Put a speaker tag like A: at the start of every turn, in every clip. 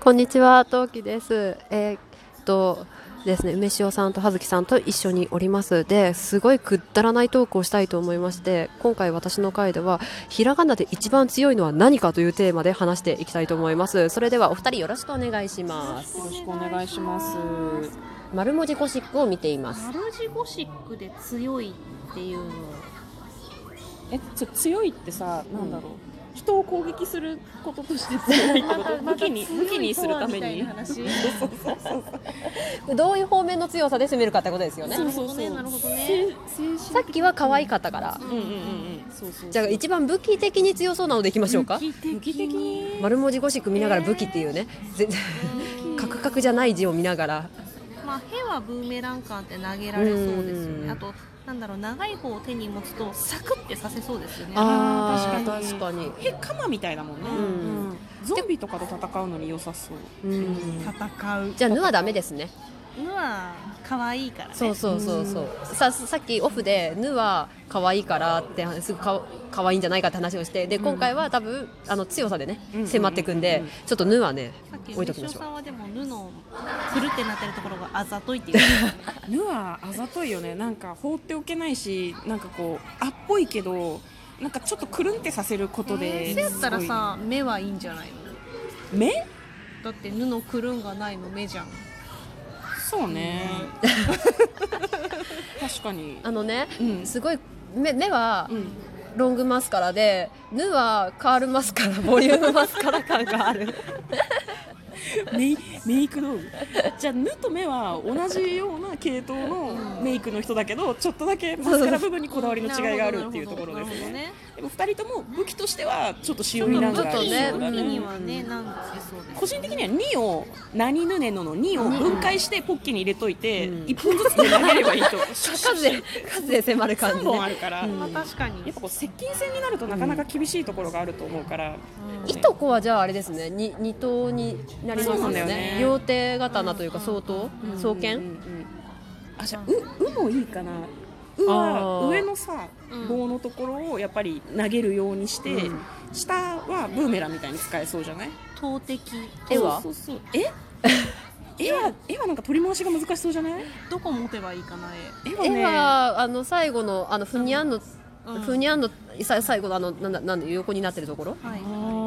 A: こんにちは、トウキです。えーっとですね、梅塩さんと葉月さんと一緒におります。で、すごいくだらないトークをしたいと思いまして、今回私の回では、ひらがなで一番強いのは何かというテーマで話していきたいと思います。それではお二人よろしくお願いします。
B: よろしくお願いします。
A: 丸文字ゴシックを見ています。
C: マルジゴシックで強いっていうの
B: え、ちょ強いってさ、なんだろう。人を攻撃することとして 強いってこと。武器に武器にするために。
C: 話
B: そうそうそうそう。
A: どういう方面の強さで攻めるかってことですよね。
B: そうそうそう。
C: なるほどね
B: せ精神。
A: さっきは可愛かったから。
B: うんうんうんうん。そうそうそう。
A: じゃあ一番武器的に強そうなのでいきましょうか。
B: 武器的に。
A: 丸文字ゴシック見ながら武器っていうね、全然 カクカクじゃない字を見ながら
C: まあヘはブーメラン感って投げられそうですよ
A: うん
C: ねあとなんだろう長い方を手に持つとサクってさせそうですよね
B: あ
A: ー
B: ー確かに
A: 確かに
B: へカマみたいだもんね。
A: うん
B: うんゾンビとかと戦うのに良さそう。
A: うん
B: 戦う。
A: じゃあ「ぬ」はダメですね
C: のは可愛いからね
A: そうそうそうそうささっきオフで「ぬ」は可愛いからってすぐか可愛いんじゃないかって話をしてで今回は多分あの強さでね
B: うん
A: 迫ってくん
B: う
A: で
B: んうん
A: ちょっと「ぬ」はね
C: さっき
A: 置い
C: 梅
A: ときま
C: 塩
A: しょ
C: さ
A: うん
C: はでも布をくるってなってるところがあざとい って言ってましたね
B: ぬはあざといよねなんか放っておけないしなんかこうあっぽいけどなんかちょっとくるんってさせることで、
C: えーそうやったらさ目はいいんじゃないの
B: すごい目
C: だって布くるんがないの目じゃん
B: そうね 確かに
A: あのね
B: うん
A: すごい目目は
B: うん
A: ロングマスカラで「ぬ」はカールマスカラボリュームマスカラ感がある
B: メイメイク道具じゃあぬと目は同じような系統のメイクの人だけどちょっとだけマスカラ部分にこだわりの違いがあるっていうところですね
C: なる
B: でも2人とも武器としてはちょっと
C: ほ
B: 塩
C: どな
B: 味な
C: る
B: ん
C: ほど
B: か
A: ち
B: あ
A: ょっとね
B: りそう
C: ちょっと
B: だ
A: う
C: ね
A: ん
C: にはねなんかしそうですね
B: 個人的には2を何ぬねのの2を分解してポッキに入れといて
A: うん
B: 1本ずつで投げればいいと
A: 数で数で迫る感
B: 3
A: じね
B: 本あるから、
A: うん
B: や
C: ま
B: っ
C: あ確かに、
B: ぱこう接近戦になるとなかなか厳しいところがあると思うから、
A: いとこはじゃああれですねに二刀になります
B: そ
A: よ
B: う
A: ね
B: なんだよね
A: 両手刀というか相当
B: うん
A: 双
B: うんう
A: 剣
B: んあじゃあう「う」もいいかな「う」
A: あ
B: は
A: ー
B: 上のさ
C: うん
B: 棒のところをやっぱり投げるようにして、
A: うん
B: 下はブーメランみたいに使えそうじゃない
C: 投擲
A: 絵は
B: そうそうそう え絵は絵はなんか取り回しが難しそうじゃない
C: どこ持てばいいかな
B: 絵はね
A: 絵はあの最後のあのふにゃんの
C: 絵、うん
A: ふにゃんのさ最後のあのなんだなんだ横になってるところ
C: はい
B: あー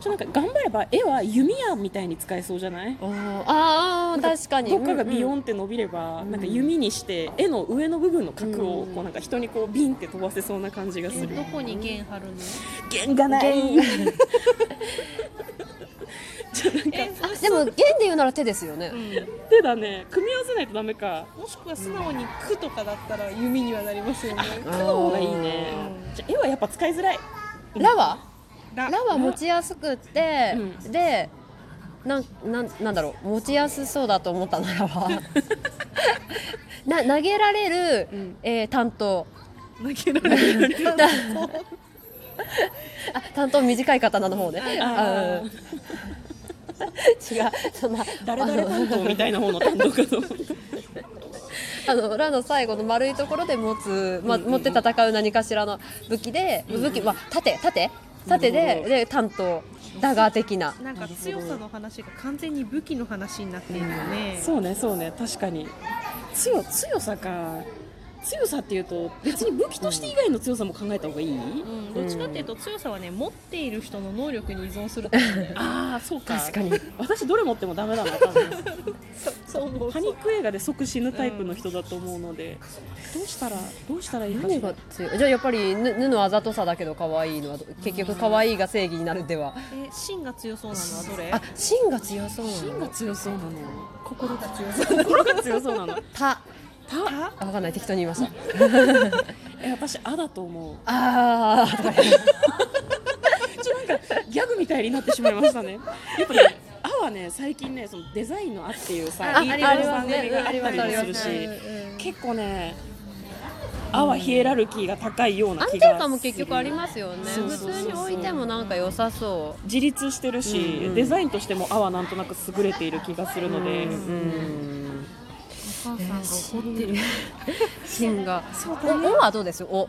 B: ちょっとなんか頑張れば絵は弓矢みたいに使えそうじゃない
A: ああ確かに
B: どっかがビヨ
A: ン
B: ンって伸びれば、なんか弓にして絵の上の部分の角をこうなんか人にこうビンって飛ばせそうな感じがす
C: え
B: る
C: どこに弦張るの
B: 弦がない
A: 弦
B: ちょっとなんか
C: え
A: でも弦で言うなら手ですよね
C: う
B: 手だね組み合わせないとダメか
C: ん、もしくは素直に「く」とかだったら弓にはなりますよね
B: 句の方がいいねじゃあ絵はやっぱ使いづらい
A: あーラは
B: ラ
A: ラは持ちやすくって
B: う
A: でなんなんなんだろう持ちやすそうだと思ったなら は な投げられる、
B: うん
A: えー担当
B: 投げられる
A: あ担当短い刀の方ね。あ
B: あ
A: うん違うその
B: 誰々担当みたいな方の担当かと思った
A: あのラの最後の丸いところで持つ、ま、
B: うんうんうん
A: 持って戦う何かしらの武器で、武器は盾盾盾
B: なる
A: で
B: ほど
A: で担当ダガー的な。
C: なんか強さの話が完全に武器の話になっているよね、
B: そうねそうね確かに強強さか強さっていうと別に武器として以外の強さも考えた方がいい、
C: うん、どっちかっていうと強さはね持っている人の能力に依存するから ね
B: ああそうか
A: 確かに
B: 私どれ持ってもダメだな多分
C: そう思う
B: パニック映画で即死ぬタイプの人だと思うので、どうしたらどうしたらいいかし
A: 何
B: ら
A: が強いじゃあやっぱりぬぬのあざとさだけど可愛いのはど結局可愛いが正義になるでは
C: え芯が強そうなのはどれ
A: あ芯が強そうなの
B: 芯が強そうなの
C: 心が強そう
B: 心が強そうなの
A: た
B: た
A: あ分かんない適当に言いました
B: え私あだと思う
A: あーとか言って
B: ちょっとなんかギャグみたいになってしまいまし たねやっぱね「あ」はね最近ねそのデザインの「あ」っていうさ
A: あ
B: いい
A: あ
B: 感
A: り
B: じの
A: ますね
B: 番組があったりもする
A: あり
B: し
A: ます
B: 結構ね「あ」はヒエラルキーが高いような
A: 安
B: 気
A: 定
B: がする
A: 感も結局ありますよね
B: そうそうそう
A: 普通に置いてもなんか良さそ
B: 自立してるし、
A: うんうん
B: デザインとしても「あ」はなんとなく優れている気がする
A: う
B: ので、
A: うん
C: お母さんが怒ってる
A: 芯が
B: そう
A: おおはどうですお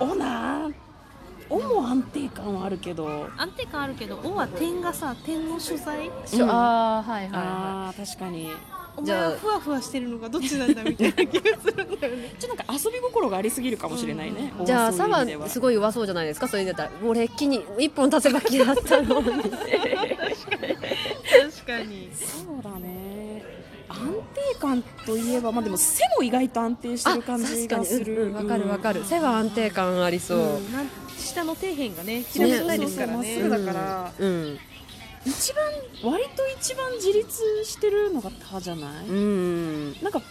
B: おなー「お」も安定感はあるけど
C: 安定感あるけど「お」は点がさ点の所在
B: うん
A: ああはいはいは
B: あー確かに
C: お
A: じ
C: 前
A: ゃあ
C: はふわふわしてるのがどっちなんだみたいな気がするんだよね
B: ちょっとなんか遊び心がありすぎるかもしれないね、
A: いじゃあ
B: そ
A: サ
B: ういう意
A: ワ
B: 味では
A: すごい弱そうじゃないですかそういうのだったら俺木に一本立せば木だった のに
C: 確かに
B: そうだね安定感といえばまあでも背も意外と安定して
A: あ
B: る感じ
A: 確か
B: が
A: に
B: す
A: うんう
B: る
A: んわ、かるわ
B: る
A: かる背は安定感ありそう、
C: んなん下の底辺がね
B: 平
C: 平べったい
B: べったい
C: で
B: です
C: す
B: か
C: からら
B: まっ
C: ね
B: すぐだから、
A: うん
B: 一番割と一番自立してるのが「他」じゃない、
A: うん
B: なんか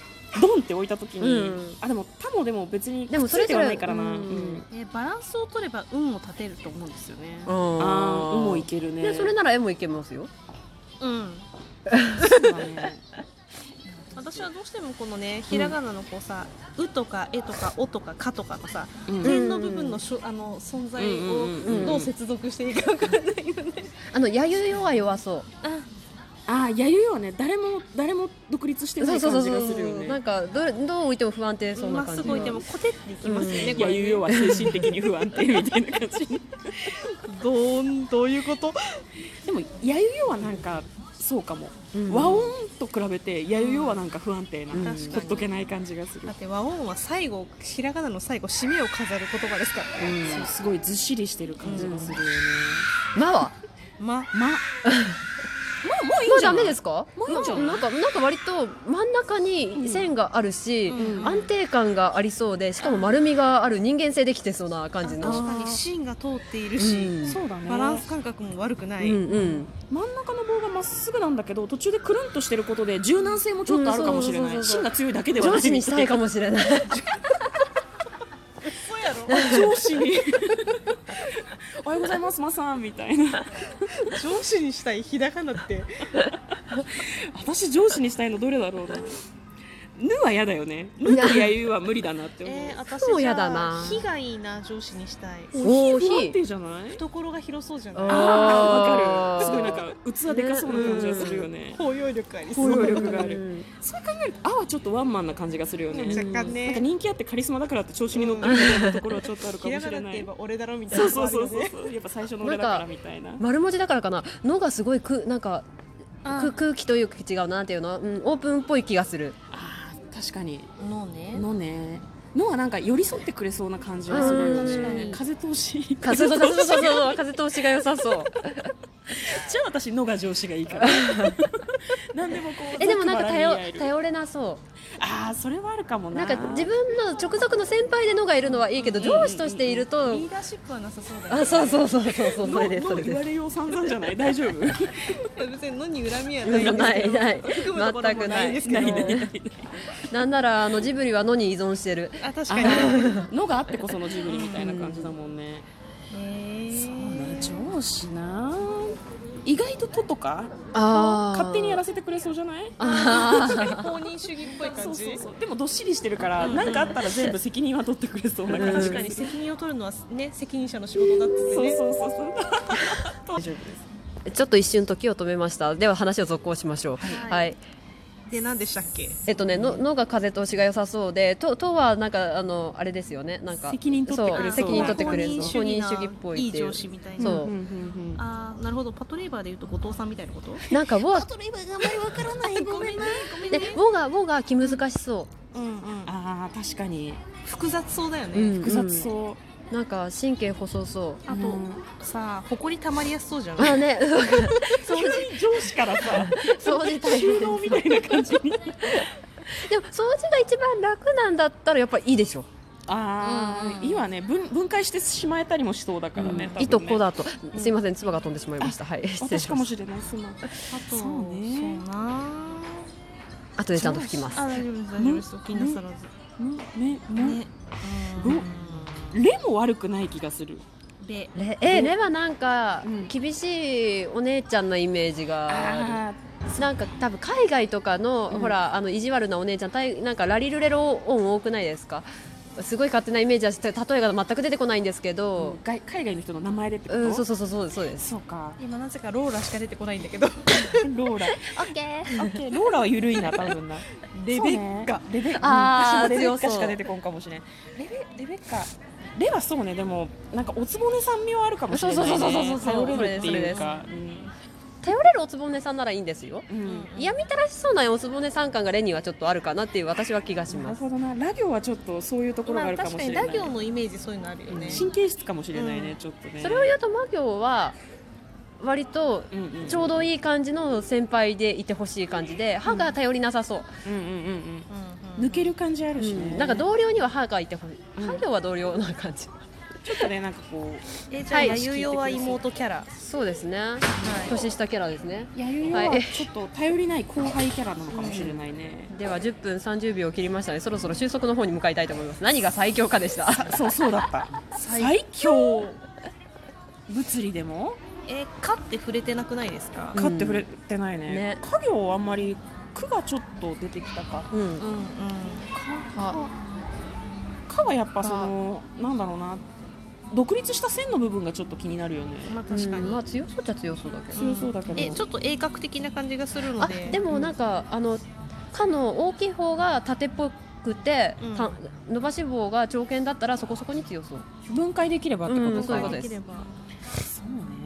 B: ドンって置いた時に、
A: うん
B: あでも「他」もでも別に
A: でもそれ
B: ついて
A: ぞ
B: は
A: れ
B: ないからな、
A: うん
C: えバランスを取れば運を立てると思うんですよね
A: あ
B: あ
A: ー
B: ーもういけるね
A: でそれなら絵もいけますよ
C: うん
B: そうだね
C: 私はどうしてもこのねひらがなのこうさ「う」とか「え」とか「お」とか「か」とかのさ
B: うん
A: うん
C: 点の部分のしょあの存在
B: うんうんうんう
C: を
B: ん
C: どう接続していいか分からないよね
A: あのやゆよは弱そ
C: あ
B: ああ弥生はね誰も誰も独立して
A: う
B: ない
A: そう
B: 感じ
A: そ
B: が
A: う
B: するよ
A: な
B: ね
A: んかどれどう置いても不安定そう
C: ま
A: な
C: っ
A: 感
C: す
A: じ
C: ぐ置いてもコテっていきますよね、
A: うん
C: これね
B: 弥生は精神的に不安定みたいな感じに
C: どーんどういうこと
B: でも弥生はなんかそうかも、
A: うん
B: 和音と比べて弥生はなんか不安定な、
A: うん
C: 確
B: ほ
C: か
B: っ
C: に
B: とけない感じがする
C: だって和音は最後ひらがなの最後締めを飾る言葉ですからね、
B: そうすごいずっしりしてる感じがするよね、
A: まは
C: ま
B: ままあもういい
A: も
B: ん
A: う
B: じゃ
A: ダ
B: ない
A: メですか？
B: もういいんじゃない
A: なんかなんか割と真ん中に線があるし、
C: うん
A: 安定感がありそうで、しかも丸みがある人間性できてそうな感じ
C: 確
A: の。
C: かに芯が通っているし、
A: うん
B: そうだね
C: バランス感覚も悪くない、
A: うんうん。
B: 真ん中の棒がまっすぐなんだけど途中でくるんとしてることで柔軟性もちょっとあるかもしれな
A: うん
B: い
A: そうそうそうそう
B: 芯が強いだけではない
A: 上司にしたいか
B: も
A: もしれない。
C: そうやろ
B: 上司に おはようございますまさんみたいな
C: 上司にしたいひらがなって
B: 私上司にしたいのどれだろうなぬは嫌だよねぬとやゆは無理だなって思う、
C: えー、私
A: そうやだな
C: じゃあ火がいいな上司にしたい
A: おー
B: ひ不安定じゃない
C: 懐が広そうじゃ
A: あ
B: あ
A: ー
B: ー
C: ない
B: わかるすごいなんか器でかそうな感じがするよね
C: 包容力ありそ
B: 包
C: う
B: 容力があ
A: う
B: る
A: ん
B: そう考えると「あ」はちょっとワンマンな感じがするよね
C: うん若干ね
B: なんか人気あってカリスマだからって調子に乗ってるみたいなところはちょっとあるか
C: ひ
B: も
C: ら
B: し
C: がな
B: れ
C: って
B: な
C: 言え
B: い
C: ば俺だろみたい
B: そ
C: な
B: うそうそ
C: の
B: う
C: もあるよね
B: そうやっぱ最初の俺だからみたいな
A: 丸文字だからかな。のがすごいくなんか
C: あ
A: く空気というか違うなっていうのは、うん、オープンっぽい気がする。
B: あー確かに
C: のね
B: のねのはなんか寄り添ってくれそうな感じがするよ
A: うん確か
B: ね
C: に
B: 風通し
A: 風そうそうそうそうそう風通しが良さそう。
B: じゃあ私のが上司がいい から何でもこう
A: えでもなんか
B: ざっくば
A: 頼
B: らに言い合える
A: 頼れなそう。
B: ああそれはあるかも
A: な
B: なん
A: か自分の直属の先輩でのがいるのはいいけど、
B: うんうんうん
A: 上司としていると、
C: リーダーシップはなさそうだ
A: あ、そうそうそうそうそう、それです、そ
B: の
A: れ
B: 言わ
A: で
B: れよう散々じゃない大丈夫
C: う別にのに恨みはない
A: す。
C: んです
A: な
C: け
A: い
C: ど
A: ない、
C: 含むとこ
A: 全
C: ろも
A: く
C: な
A: ない
C: んで
A: い
C: す。けど
A: なんなら、あのジブリはのに依存してる。
C: あ確
B: あ
C: かに
B: ーのがあってこそのジブリみたいな感じだもんね、そうね上司な意外とととか
A: あ
B: 勝手にやら
A: せ。
B: せてくれそうじゃない
A: あ
C: 確かに公認主義っぽい
B: そ
C: 感
B: うそう
C: じ
B: そうでもどっしりしてるから何かあったら全部責任は取ってくれそうな感じ
C: 確か
B: がす
C: に
B: る
C: 責任を取るのはね責任者の仕事だっつって
B: そう
C: ね
B: そうそうそう大丈夫です
A: あ、 ちょっと一瞬時を止めました。では、話を続行しましょう。はい。
C: はいで何でしたっけ
A: えっとね、の、のが風通しが良さそうで、と、とは、なんか、あの、あれですよね、なんか。
B: 責任取ってく
A: そ
B: れ
A: う
B: そう
A: 責任取ってくれ
C: 公
A: る。公
C: 認
A: 認
C: 主
A: 主義
C: 義
A: っ
C: な
A: ぽ
C: い
A: い
C: い
A: っていう。
C: 上司みたい
A: そ
C: な
A: う
B: うんうんうん
C: あーなるほどパトレーバーでいうと後藤さんみたいなこと
A: なんか、ウォ
C: トレーバーがあんまりわからない ごめんねごめん
A: で、
C: ね
A: ウォが、ウォが気難しそ
C: うんうん
B: あー確かに
C: 複雑そうだよ
A: う。
C: ね
B: 複雑そう、
A: う。なんか、神経細そう。
C: あとさあ埃たまりやすそうじゃない
A: あ、ね、
B: 急に上司からさ
A: 掃除大変
B: 収。納みたいな感じに
A: でも掃除が一番楽なんだったらやっぱいいでしょ、
B: あ
C: うん
B: あ、
C: うん
B: いいわね分分解してしまえたりもしそうだからね,、
A: いとこ
B: だ
A: だとすいません唾が飛んでしまいましたはい失礼
B: 私
A: し
B: か
A: ま
B: も
A: した
B: しれないすまん
C: あと
B: そうね
C: そうな
A: 後でちゃんと拭きます
C: あ大丈夫です大丈夫ですお気になさらず
B: ねね
C: ね
B: レも悪くない気がする
C: うんで
A: レえレはなんか
B: うん
A: 厳しいお姉ちゃんなイメージがある
B: あ
A: なんか多分海外とかの、
B: うん
A: ほらあの意地悪なお姉ちゃんたいなんかラリルレロ音多くないですかすごい勝手なイメージはして例えが全く出てこないんですけ
B: ー
A: ど、
B: 外海外の人の名前でってこ
A: う
B: と、
A: ん、そう
B: そう
A: そうそうそうそうです
B: か
C: 今なぜかローラしか出てこないんだけど
B: ローラ
A: オッケー
B: オッケーローラは緩いな多分なレベッカ、レベッ
A: あー
B: 私もレベッ
A: 強
B: カ
A: そう
B: しか出てこんかもしれんレベレベッカレはそうねでもなんかおつぼね酸味はあるかもしれない、ね、
A: そうそうそうそうそう
B: 頼れるっていうか
A: 頼れるおつぼねさんならいいんですよ
B: うんうん
A: 嫌みたらしそうなおつぼねさん感がレにはちょっとあるかなっていう私は気がし
B: な
A: ま
B: る
A: す
B: ほどなラ行はちょっとそういうところが
C: ま
B: あ
C: あ
B: るかも
C: 確
B: し
C: かに
B: れない、
C: ラ行のイメージそういうのあるよね。
B: 神経質かもしれないね、
C: うん
B: ちょっとね
A: それを言うと魔行は割と
B: うんうんうん
A: ちょうどいい感じの先輩でいてほしい感じで歯が頼りなさそう、
B: うんうんうん
C: うん
B: うん抜ける感じあるしね、
A: なんか同僚には歯がいてほしい
B: うん
A: 歯行は同僚な感じ、
B: ちょっとねなんかこ
C: えじゃあ、
A: はい
C: やゆよは妹キャラ。は
A: そうですね年下キャラですね
B: うやゆよ
A: はい
B: はちょっと頼りない後輩キャラなのかもしれないね、
A: では10分30秒を切りましたねそろそろ収束の方に向かいたいと思います何が最強かでした
B: そうそうだった最強物理でも
C: えー、かって触れてなくないですか
A: う。ん
B: かって触れてないね
A: ね
B: 家業はあんまり区がちょっと出てきたか
A: う
C: うん
A: ん
C: うん。
A: あ
B: かはやっぱそのなんだろうな独立した線の部分がちょっと気になるよね
C: まあ確かに。
A: うんまあ強そうっちゃ強そうだけど
B: 強そうだけど
C: えちょっと鋭角的な感じがするの
A: あ
C: で。
A: でもなんか、あのかの大きい方が縦っぽくて、
C: うん
A: た伸ばし棒が長剣だったらそこそこに強そう
B: 分解できればってことか、
A: うんそういうこと
C: で
A: です
C: きれば。
B: そうね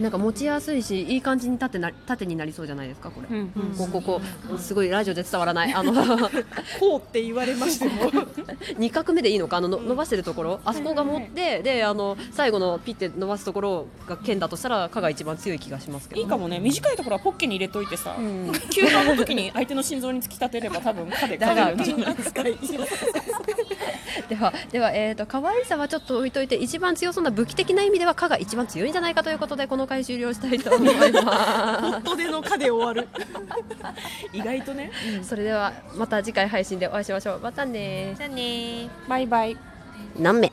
A: なんか持ちやすいしいい感じに縦な縦になりそうじゃないですかこれ、
B: うん
C: うん
A: こうこここうすごいラジオで伝わらないあの
B: こうって言われまして も
A: 二画目でいいのかあのの伸ばしてるところあそこが持って、であの最後のピッて伸ばすところが剣だとしたら「か」が一番強い気がしますけど
B: いいかもね短いところはポッケに入れといてさ、
A: うん
B: 急患の時に相手の心臓に突き立てれば多分歯でかれるんじゃないですか
A: ではでは、えー、と可愛さはちょっと置いといて一番強そうな武器的な意味では「か」が一番強いんじゃないかということでこの回終了したいと思い ます。
B: 元での歯で終わる 意外とね
A: それではまた次回配信でお会いしましょうまたね
C: じゃあねー。
B: バイバイ
A: 何名